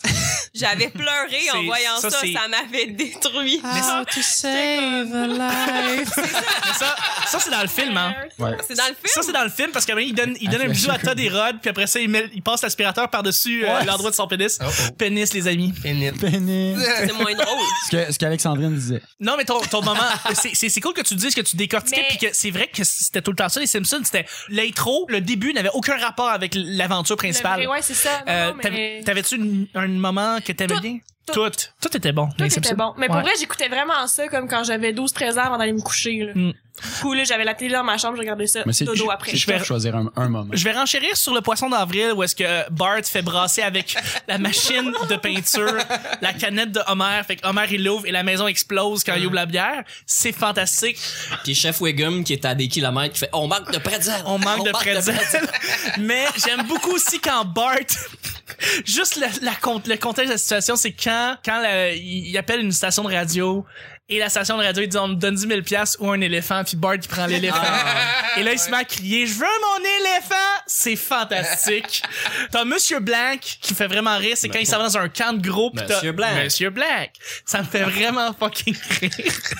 Speaker 5: j'avais pleuré en
Speaker 1: C'est-
Speaker 5: voyant
Speaker 1: ça,
Speaker 5: ça,
Speaker 1: c'est-
Speaker 5: ça, m'avait détruit.
Speaker 1: Ah,
Speaker 2: How to save a life.
Speaker 1: Mais ça, ça c'est dans le film, hein.
Speaker 5: C'est dans le film.
Speaker 1: Ça, c'est dans le film parce qu'à un moment, il donne, il donne un bisou à Todd et Rod, puis après ça, il, met- il passe l'aspirateur par-dessus euh,
Speaker 3: Ouais.
Speaker 1: l'endroit de son pénis.
Speaker 2: Oh, oh.
Speaker 1: Pénis, les amis.
Speaker 2: Pénible.
Speaker 3: Pénis.
Speaker 5: c'est moins drôle.
Speaker 3: Ce que- ce qu'Alexandrine disait.
Speaker 1: Non, mais ton, ton moment, c'est- c'est c'est cool que tu dises que tu décortiquais,
Speaker 6: Mais-
Speaker 1: puis que c'est vrai que c'était tout le temps ça, les Simpsons. C'était l'intro, le début n'avait aucun rapport avec l'aventure principale.
Speaker 6: Le vrai, Ouais, c'est ça. Non,
Speaker 1: Euh,
Speaker 6: non,
Speaker 1: t'avais-
Speaker 6: mais...
Speaker 1: T'avais-tu une- un moment que t'aimais
Speaker 6: Tout,
Speaker 1: bien?
Speaker 6: tout.
Speaker 1: Tout. Tout était bon. les
Speaker 6: Tout était
Speaker 1: Simpsons.
Speaker 6: bon. Mais pour
Speaker 1: Ouais.
Speaker 6: vrai, j'écoutais vraiment ça comme quand j'avais 12-13 ans avant d'aller me coucher. Là.
Speaker 1: Mm.
Speaker 6: Cool, là, j'avais la télé dans ma chambre, je regardais ça
Speaker 3: Mais c'est
Speaker 6: dodo après.
Speaker 3: c'est
Speaker 1: Je vais-
Speaker 3: tough de choisir un, un moment.
Speaker 1: Je vais renchérir sur le poisson d'avril où est-ce que euh, Bart fait brasser avec la machine de peinture la canette de Homer. Fait que Homer, il l'ouvre et la maison explose quand il ouvre la bière. C'est fantastique.
Speaker 4: Puis Chef Wiggum qui est à des kilomètres qui fait on manque de pretzel.
Speaker 1: On manque de
Speaker 4: pretzel.
Speaker 1: prédile. Mais j'aime beaucoup aussi quand Bart. Juste la, la con- le contexte de la situation, c'est quand, quand la- il il appelle une station de radio et la station de radio, il dit on me donne 10 000 piastres ou un éléphant, puis Bart qui prend l'éléphant. Et là, il se met à crier, je veux mon éléphant! C'est fantastique. T'as Monsieur Blanc qui me fait vraiment rire, c'est quand il s'en va dans un camp de groupe. pis t'as-
Speaker 4: Monsieur Blanc.
Speaker 1: Monsieur Blanc. Ça me fait vraiment fucking rire.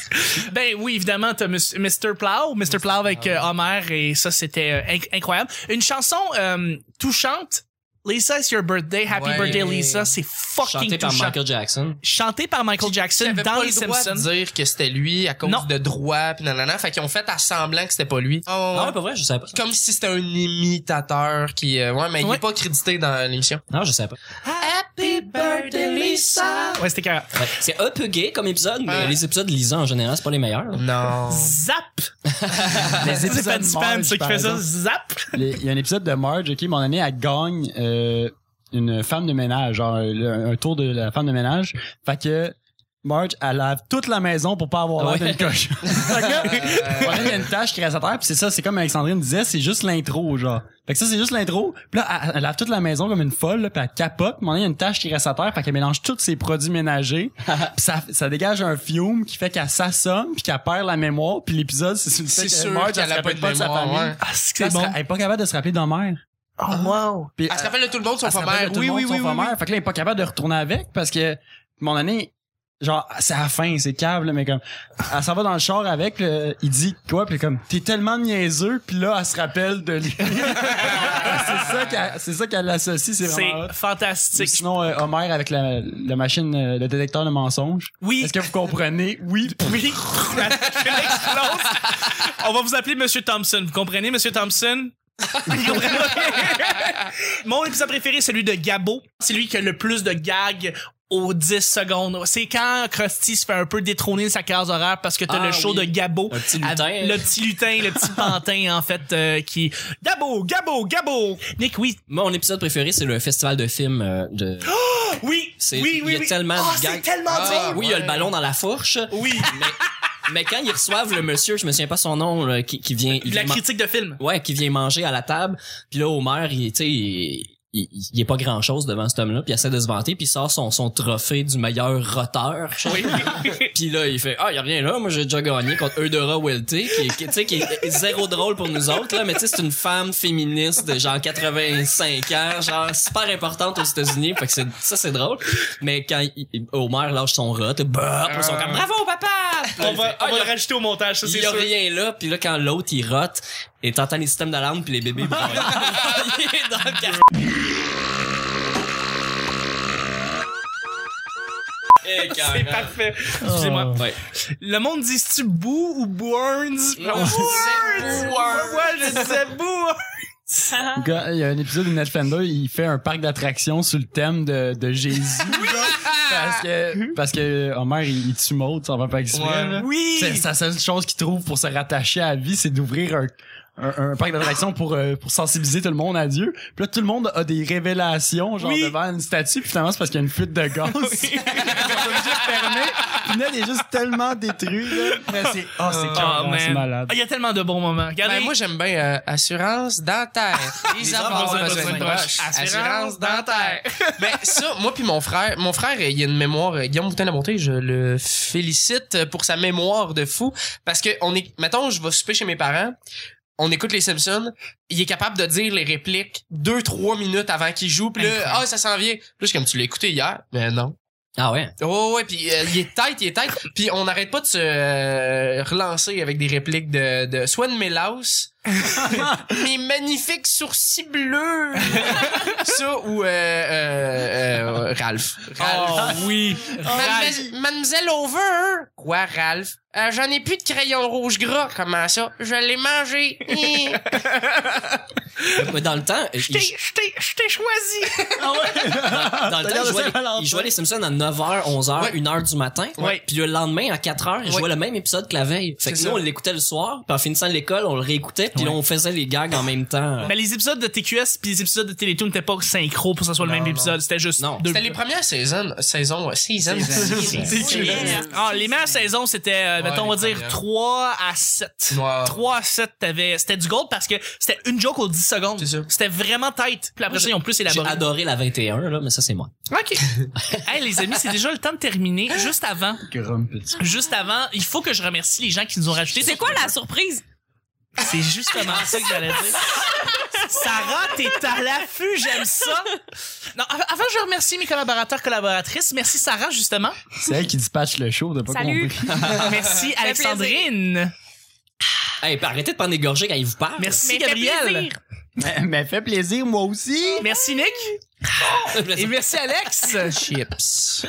Speaker 1: ben oui, évidemment, t'as Mus- Mr. Plow, Mr. Plow avec euh, Homer, et ça, c'était euh, inc- incroyable. Une chanson euh, touchante. Lisa, it's your birthday. Happy
Speaker 2: Ouais.
Speaker 1: birthday, Lisa. C'est fucking
Speaker 4: Chanté par
Speaker 1: touchant.
Speaker 4: Michael Jackson.
Speaker 1: Chanté par Michael Jackson
Speaker 2: J'avais
Speaker 1: dans
Speaker 2: pas
Speaker 1: Les
Speaker 2: le droit
Speaker 1: Simpsons.
Speaker 2: de dire que c'était lui à cause
Speaker 1: Non.
Speaker 2: de droit pis nanana. Fait qu'ils ont fait à semblant que c'était pas lui. Oh,
Speaker 4: Ah ouais, pas vrai, je savais pas.
Speaker 2: Comme si c'était un imitateur qui, euh, ouais, mais il
Speaker 1: Ouais.
Speaker 2: est pas crédité dans l'émission.
Speaker 4: Non, je savais pas.
Speaker 2: Happy birthday, Lisa!
Speaker 1: Ouais, c'était carré.
Speaker 4: Ouais, C'est un peu gay comme épisode, mais
Speaker 2: Ouais.
Speaker 4: les épisodes de Lisa en général, c'est pas les meilleurs.
Speaker 2: Non.
Speaker 1: Zap!
Speaker 3: Les
Speaker 1: C'est pas du spam, ceux qui
Speaker 3: par
Speaker 1: fait ça.
Speaker 3: exemple.
Speaker 1: Zap!
Speaker 3: Les- Il y a un épisode de Marge, OK, mon année, elle gagne euh, une femme de ménage, genre le- un tour de la femme de ménage. Fait que Marge, elle lave toute la maison pour pas avoir l'air
Speaker 4: Ouais.
Speaker 3: d'une coche. fait que, mon année, il y a une tâche qui reste à terre, puis c'est ça, c'est comme Alexandrine disait, c'est juste l'intro, genre. Fait que ça, c'est juste l'intro. Puis là, elle, elle lave toute la maison comme une folle, là, puis elle capote. Mon année, il y a une tâche qui reste à terre, fait qu'elle mélange tous ses produits ménagers. puis ça, ça dégage un fiume qui fait qu'elle s'assomme, puis qu'elle perd la mémoire, puis l'épisode, c'est sur le fait
Speaker 2: C'est
Speaker 3: que
Speaker 2: sûr
Speaker 3: Marge, elle
Speaker 2: qu'elle
Speaker 3: se
Speaker 2: a pas
Speaker 3: rappelle
Speaker 2: de
Speaker 3: pas de sa
Speaker 2: mémoire,
Speaker 3: famille.
Speaker 2: ouais.
Speaker 1: Ah, c'est que
Speaker 3: Elle
Speaker 1: c'est
Speaker 3: se ra-
Speaker 1: bon.
Speaker 3: Elle est pas capable de se rappeler de mère.
Speaker 1: Oh, wow.
Speaker 3: Ah. Puis, euh,
Speaker 2: Elle se rappelle de tout le monde,
Speaker 3: elle
Speaker 2: sauf
Speaker 3: se
Speaker 2: sa
Speaker 3: rappelle
Speaker 2: mère.
Speaker 3: de tout
Speaker 2: Oui,
Speaker 3: le monde,
Speaker 2: oui, oui.
Speaker 3: sauf
Speaker 2: oui,
Speaker 3: Homer. Fait que là, elle est pas capable de retourner avec parce que mon année, genre, c'est à la fin, c'est câble, mais comme, elle s'en va dans le char avec, puis, euh, il dit quoi, puis comme, t'es tellement niaiseux, puis là, elle se rappelle de lui. c'est ça qu'elle, c'est ça qu'elle associe, c'est
Speaker 1: C'est
Speaker 3: vraiment hot. Ou
Speaker 1: fantastique.
Speaker 3: Sinon, euh, Homer avec la, la machine, euh, le détecteur de mensonges.
Speaker 1: Oui.
Speaker 3: Est-ce que vous comprenez? Oui.
Speaker 1: Oui, la machine explose. On va vous appeler Monsieur Thompson. Vous comprenez, Monsieur Thompson? Vous comprenez? Mon épisode préféré, celui de Gabo. C'est lui qui a le plus de gags aux 10 secondes. C'est quand Krusty se fait un peu détrôner de sa case horaire parce que t'as
Speaker 4: Ah
Speaker 1: le show
Speaker 4: oui.
Speaker 1: de Gabo.
Speaker 4: Un petit lutin.
Speaker 1: Avec Le petit lutin, le petit pantin, en fait, euh, qui... Gabo, Gabo, Gabo! Nick, oui,
Speaker 4: Mon épisode préféré, c'est le festival de films euh, de.
Speaker 1: oui,
Speaker 4: C'est-
Speaker 1: oui,
Speaker 4: il y
Speaker 1: oui,
Speaker 4: a
Speaker 1: oui.
Speaker 4: tellement
Speaker 1: Ah,
Speaker 4: de gags.
Speaker 1: c'est tellement
Speaker 2: Ah,
Speaker 1: dur!
Speaker 4: oui, il y a le
Speaker 2: ouais.
Speaker 4: ballon dans la fourche.
Speaker 1: Oui,
Speaker 4: mais, mais quand ils reçoivent le monsieur, je me souviens pas son nom, là, qui, qui vient. il
Speaker 1: la
Speaker 4: vient man-
Speaker 1: critique de film.
Speaker 4: Ouais, qui vient manger à la table. Puis là, Homer, il, tu sais, il, il, il est pas grand chose devant cet homme-là. Puis il essaie de se vanter. Puis il sort son, son trophée du meilleur roteur.
Speaker 1: Oui.
Speaker 4: Puis là, il fait, ah, y a rien là. Moi, j'ai déjà gagné contre Eudora Welty, qui, est- qui, tu sais, qui est zéro drôle pour nous autres, là. Mais tu sais, c'est une femme féministe de genre 85 ans, genre super importante aux États-Unis. Fait que c'est, ça, c'est drôle. Mais quand il- il- Homer lâche son rot, bah, ils sont comme, bravo, papa!
Speaker 1: on va, on va le rajouter au montage, ça,
Speaker 4: Il
Speaker 1: c'est
Speaker 4: y a
Speaker 1: sûr.
Speaker 4: rien là, puis là quand l'autre il rote, et t'entends les systèmes d'alarme puis les bébés. ils broient. Il est dans le car- Eh,
Speaker 1: C'est
Speaker 4: carrément.
Speaker 1: parfait. Excusez-moi.
Speaker 4: Ouais.
Speaker 1: Le monde dit tu Boo ou Burns?
Speaker 4: Non,
Speaker 1: Burns!
Speaker 4: je
Speaker 2: disais Bourns.
Speaker 1: Ouais, je disais Boo!
Speaker 3: Le gars, Il y a un épisode de Ned Fender, il fait un parc d'attractions sur le thème de, de Jésus. genre, parce que parce que Homer il, il tue Maud, ça va pas exprès.
Speaker 2: Ouais.
Speaker 3: là.
Speaker 1: Oui!
Speaker 3: C'est c'est la seule chose qu'il trouve pour se rattacher à la vie, c'est d'ouvrir un, un, un parc d'attractions pour euh, pour sensibiliser tout le monde à Dieu. Puis là tout le monde a des révélations genre
Speaker 1: Oui.
Speaker 3: devant une statue, puis finalement c'est parce qu'il y a une fuite de gaz. Ils sont obligés de fermer. Puis Ned est juste tellement détruit là. Mais c'est oh c'est carrément, c'est
Speaker 1: man.
Speaker 3: malade.
Speaker 1: Ah, Il y a tellement de bons moments. Regardez.
Speaker 2: Ben, moi, j'aime bien euh, assurance dentaire. Ah, Les hommes ont besoin d'une broche. Assurance dentaire. ben, ça, moi puis mon frère, mon frère, il a une mémoire, euh, Guillaume Boutin de Monté, je le félicite pour sa mémoire de fou. Parce que, on est, mettons, je vais souper chez mes parents, on écoute les Simpsons, il est capable de dire les répliques deux, trois minutes avant qu'il joue, pis là, ah, ça s'en vient. Puis là, je suis comme, tu l'as écouté hier? Mais non.
Speaker 4: Ah ouais.
Speaker 2: Oh ouais, puis euh, il est tête, il est tête. Puis on n'arrête pas de se euh, relancer avec des répliques de, de Swan Melaus. Mes magnifiques sourcils bleus. Ça ou euh, euh, euh, Ralph.
Speaker 1: Oh
Speaker 2: Ralph.
Speaker 1: oui!
Speaker 2: Mademoiselle- Mademoiselle Over. Quoi, Ralph? Euh, J'en ai plus de crayon rouge gras. Comment ça? Je l'ai mangé. Hi.
Speaker 4: Mais Dans le temps, il-
Speaker 1: J't'ai, j't'ai, j't'ai
Speaker 2: choisi!
Speaker 4: Dans le temps,
Speaker 3: Regarde
Speaker 4: il jouait,
Speaker 3: ça, Valentin.
Speaker 4: il jouait les Simpsons à 9h, 11h,
Speaker 2: Ouais.
Speaker 4: 1h du matin.
Speaker 2: Ouais.
Speaker 4: Puis le lendemain, à 4h, il
Speaker 2: Ouais.
Speaker 4: jouait le même épisode que la veille. Fait que
Speaker 2: C'est
Speaker 4: nous,
Speaker 2: ça.
Speaker 4: on l'écoutait le soir, puis en finissant l'école, on le réécoutait, puis là, on faisait les gags en même temps.
Speaker 1: Mais Ben, les épisodes de TQS puis les épisodes de Télétoon n'étaient pas synchro pour que ce soit le même épisode. C'était juste
Speaker 4: Non,
Speaker 1: deux.
Speaker 2: C'était les premières saisons. Saisons. ouais, Seasons.
Speaker 1: C'est
Speaker 2: Seasons.
Speaker 1: cute. Ah, les meilleures saisons, c'était, euh,
Speaker 2: Ouais,
Speaker 1: mettons, on va
Speaker 2: les
Speaker 1: dire
Speaker 2: premières.
Speaker 1: 3 à 7.
Speaker 2: Ouais.
Speaker 1: 3 à 7, t'avais, c'était du gold parce que c'était une joke aux 10 secondes.
Speaker 2: C'est ça.
Speaker 1: C'était vraiment tight. Puis après ça, ils ont plus
Speaker 4: J'ai
Speaker 1: élaboré.
Speaker 4: adoré la 21, là, mais ça, c'est moi.
Speaker 1: OK. hey, les amis, c'est déjà le temps de terminer. Juste avant,
Speaker 3: Grumpy.
Speaker 1: juste avant, il faut que je remercie les gens qui nous ont rajouté.
Speaker 5: C'est quoi la surprise?
Speaker 1: C'est justement ça que j'allais dire. Sarah, t'es à l'affût, j'aime ça. Non, av- avant, je remercie mes collaborateurs, collaboratrices. Merci Sarah, justement.
Speaker 3: C'est elle qui dispatche le show, de pas
Speaker 5: Salut.
Speaker 3: compris.
Speaker 1: Merci
Speaker 5: fait plaisir.
Speaker 1: Alexandrine.
Speaker 4: Hey, puis arrêtez de prendre des gorgées quand il vous parle.
Speaker 1: Merci
Speaker 6: Mais fait
Speaker 1: Gabriel.
Speaker 6: plaisir.
Speaker 3: Mais, mais fait plaisir, moi aussi.
Speaker 1: Merci Nick. Et merci Alex.
Speaker 2: Chips.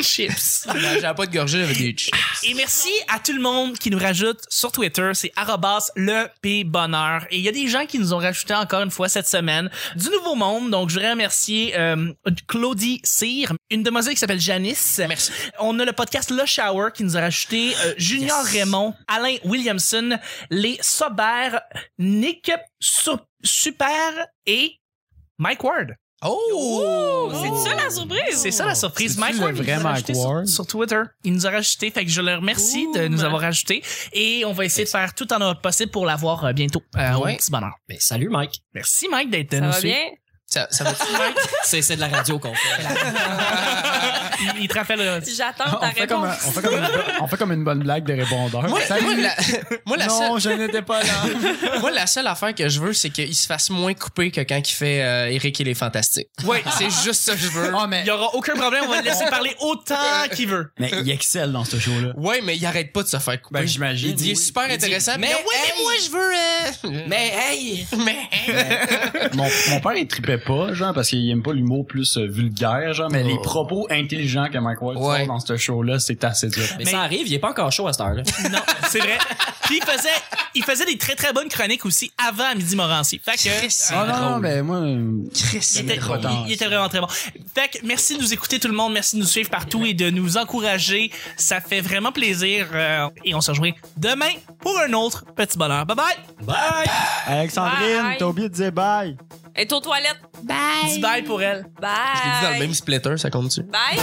Speaker 1: Chips.
Speaker 2: Non, J'avais pas de gorgée, j'avais des chips.
Speaker 1: Et merci à tout le monde qui nous rajoute sur Twitter, c'est arrobas le P bonheur. Et il y a des gens qui nous ont rajouté encore une fois cette semaine du nouveau monde. Donc je voudrais remercier euh, Claudie Cyr, une demoiselle qui s'appelle Janice.
Speaker 2: Merci.
Speaker 1: On a le podcast Le Shower qui nous a rajouté euh, Junior Raymond, Alain Williamson, les Sobert, Nick Su- Super et Mike Ward.
Speaker 2: Oh!
Speaker 5: C'est ça la surprise?
Speaker 1: C'est ça la surprise.
Speaker 3: C'est-tu
Speaker 1: Mike
Speaker 3: le
Speaker 1: Ward, il
Speaker 3: vrai
Speaker 1: nous a
Speaker 3: Mike
Speaker 1: rajouté sur,
Speaker 3: Ward?
Speaker 1: sur Twitter. Il nous a rajouté. Fait que je le remercie de nous avoir rajouté. Et on va essayer de faire tout en notre possible pour l'avoir euh, bientôt. Euh,
Speaker 2: Ouais.
Speaker 1: Au petit bonheur.
Speaker 4: Ben, salut, Mike.
Speaker 1: Merci Mike d'être
Speaker 5: Ça
Speaker 1: nous
Speaker 5: va
Speaker 1: suivre.
Speaker 5: bien?
Speaker 2: Ça, ça va
Speaker 4: C'est c'est de la radio qu'on fait.
Speaker 1: Il, il te rappelle. euh,
Speaker 5: J'attends ta
Speaker 3: Ah, On fait, comme un-
Speaker 5: réponse.
Speaker 3: on, fait comme une, bo- on fait comme une bonne blague de répondeur.
Speaker 2: Moi,
Speaker 3: Salut.
Speaker 2: moi, la, moi, la
Speaker 3: non, je n'étais pas là.
Speaker 2: seule, moi, la seule affaire que je veux, c'est qu'il se fasse moins couper que quand il fait euh, Eric et les Fantastiques.
Speaker 1: Ouais.
Speaker 2: C'est juste ça que je veux.
Speaker 3: Ah,
Speaker 1: Il
Speaker 3: mais,
Speaker 1: y aura aucun problème. On va le laisser parler autant qu'il veut.
Speaker 3: mais il excelle dans ce show-là.
Speaker 2: Ouais, mais il arrête pas de se faire couper.
Speaker 3: Ben, j'imagine.
Speaker 2: Il dit,
Speaker 3: Oui.
Speaker 2: super
Speaker 4: dit,
Speaker 2: intéressant.
Speaker 4: mais
Speaker 2: puis,
Speaker 4: oui, mais moi,
Speaker 2: je veux...
Speaker 4: Mais hey!
Speaker 2: Mais...
Speaker 3: Mon, mon père, il tripait pas, genre, parce qu'il aime pas l'humour plus euh, vulgaire, genre, mais Oh. les propos intelligents que Mike Ward
Speaker 2: Ouais.
Speaker 3: sort dans ce show-là, c'est assez dur.
Speaker 4: Mais,
Speaker 1: Mais-
Speaker 4: ça arrive, il est pas encore chaud à cette heure-là.
Speaker 1: Non, c'est vrai. Puis il faisait, il faisait des très très bonnes chroniques aussi avant Midi Morancy. Fait que.
Speaker 2: Christ,
Speaker 3: Ah non, non, mais moi, euh,
Speaker 1: Il était, il- il était vraiment très bon. Fait que merci de nous écouter tout le monde, merci de nous suivre partout et de nous encourager. Ça fait vraiment plaisir. euh, et on se rejoint demain pour un autre petit bonheur. Bye bye!
Speaker 4: Bye!
Speaker 5: Bye.
Speaker 3: Alexandrine, t'as oublié de dire bye.
Speaker 5: Et aux toilettes.
Speaker 1: Dis bye pour elle.
Speaker 5: Bye.
Speaker 2: Je l'ai dit dans le même splitter, ça compte-tu?
Speaker 5: Bye.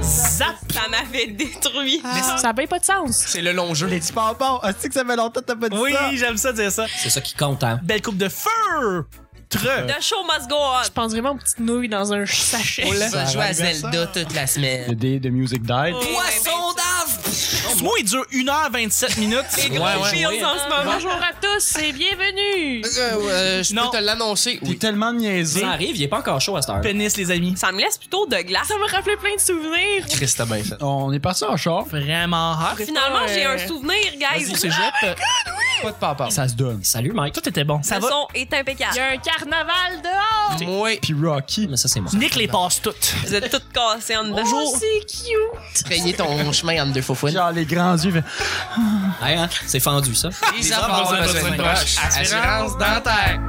Speaker 1: Zap!
Speaker 5: Ça m'avait détruit.
Speaker 6: Ça n'a pas de sens.
Speaker 2: C'est le long jeu.
Speaker 3: Les petits bonbons, ah, c'est que ça fait longtemps que t'as pas dit
Speaker 1: Oui,
Speaker 3: ça.
Speaker 1: j'aime ça dire ça.
Speaker 4: C'est ça qui compte, hein.
Speaker 1: Belle coupe de feu! Tre!
Speaker 5: The show must go on.
Speaker 6: Je pense vraiment aux petites nouilles dans un sachet.
Speaker 2: va jouer à Zelda toute la
Speaker 3: The
Speaker 2: semaine.
Speaker 3: Day the Music Died.
Speaker 5: Oh.
Speaker 4: Poisson d'ave!
Speaker 1: Ce mot, il dure 1h27 minutes.
Speaker 2: Ouais, ouais,
Speaker 5: Feels
Speaker 4: oui.
Speaker 5: en ce moment.
Speaker 6: Bonjour à tous et bienvenue.
Speaker 2: euh, je
Speaker 1: Non.
Speaker 2: peux te l'annoncer.
Speaker 3: T'es
Speaker 2: Oui.
Speaker 3: tellement niaisé.
Speaker 4: Ça arrive, il est pas encore chaud à cette heure.
Speaker 1: Pénis, les amis.
Speaker 5: Ça me laisse plutôt de glace.
Speaker 6: Ça m'a rappelé plein de souvenirs.
Speaker 2: Chris, t'as bien fait.
Speaker 3: On est parti en char.
Speaker 1: Vraiment hard.
Speaker 5: Finalement,
Speaker 6: Ouais.
Speaker 5: j'ai un souvenir, guys.
Speaker 3: oh
Speaker 1: Vas-y, cégep.
Speaker 2: euh, Pas de papa.
Speaker 3: Ça se donne.
Speaker 4: Salut, Mike.
Speaker 1: Tout était bon. Ça
Speaker 5: Le
Speaker 1: va?
Speaker 5: son est
Speaker 6: Il y
Speaker 5: impeccable.
Speaker 6: a un carnaval dehors.
Speaker 2: Moi,
Speaker 3: Puis Rocky.
Speaker 4: Mais ça, c'est moi.
Speaker 1: Nick les passe toutes.
Speaker 5: Vous êtes toutes cassées en dedans.
Speaker 6: Oh, c'est cute.
Speaker 2: trayer ton chemin entre deux faux fouines.
Speaker 3: Genre les grands yeux. fait-
Speaker 4: Hey, hein, C'est fendu, ça.
Speaker 2: Les enfants ont besoin de broche. Assurance dentaire.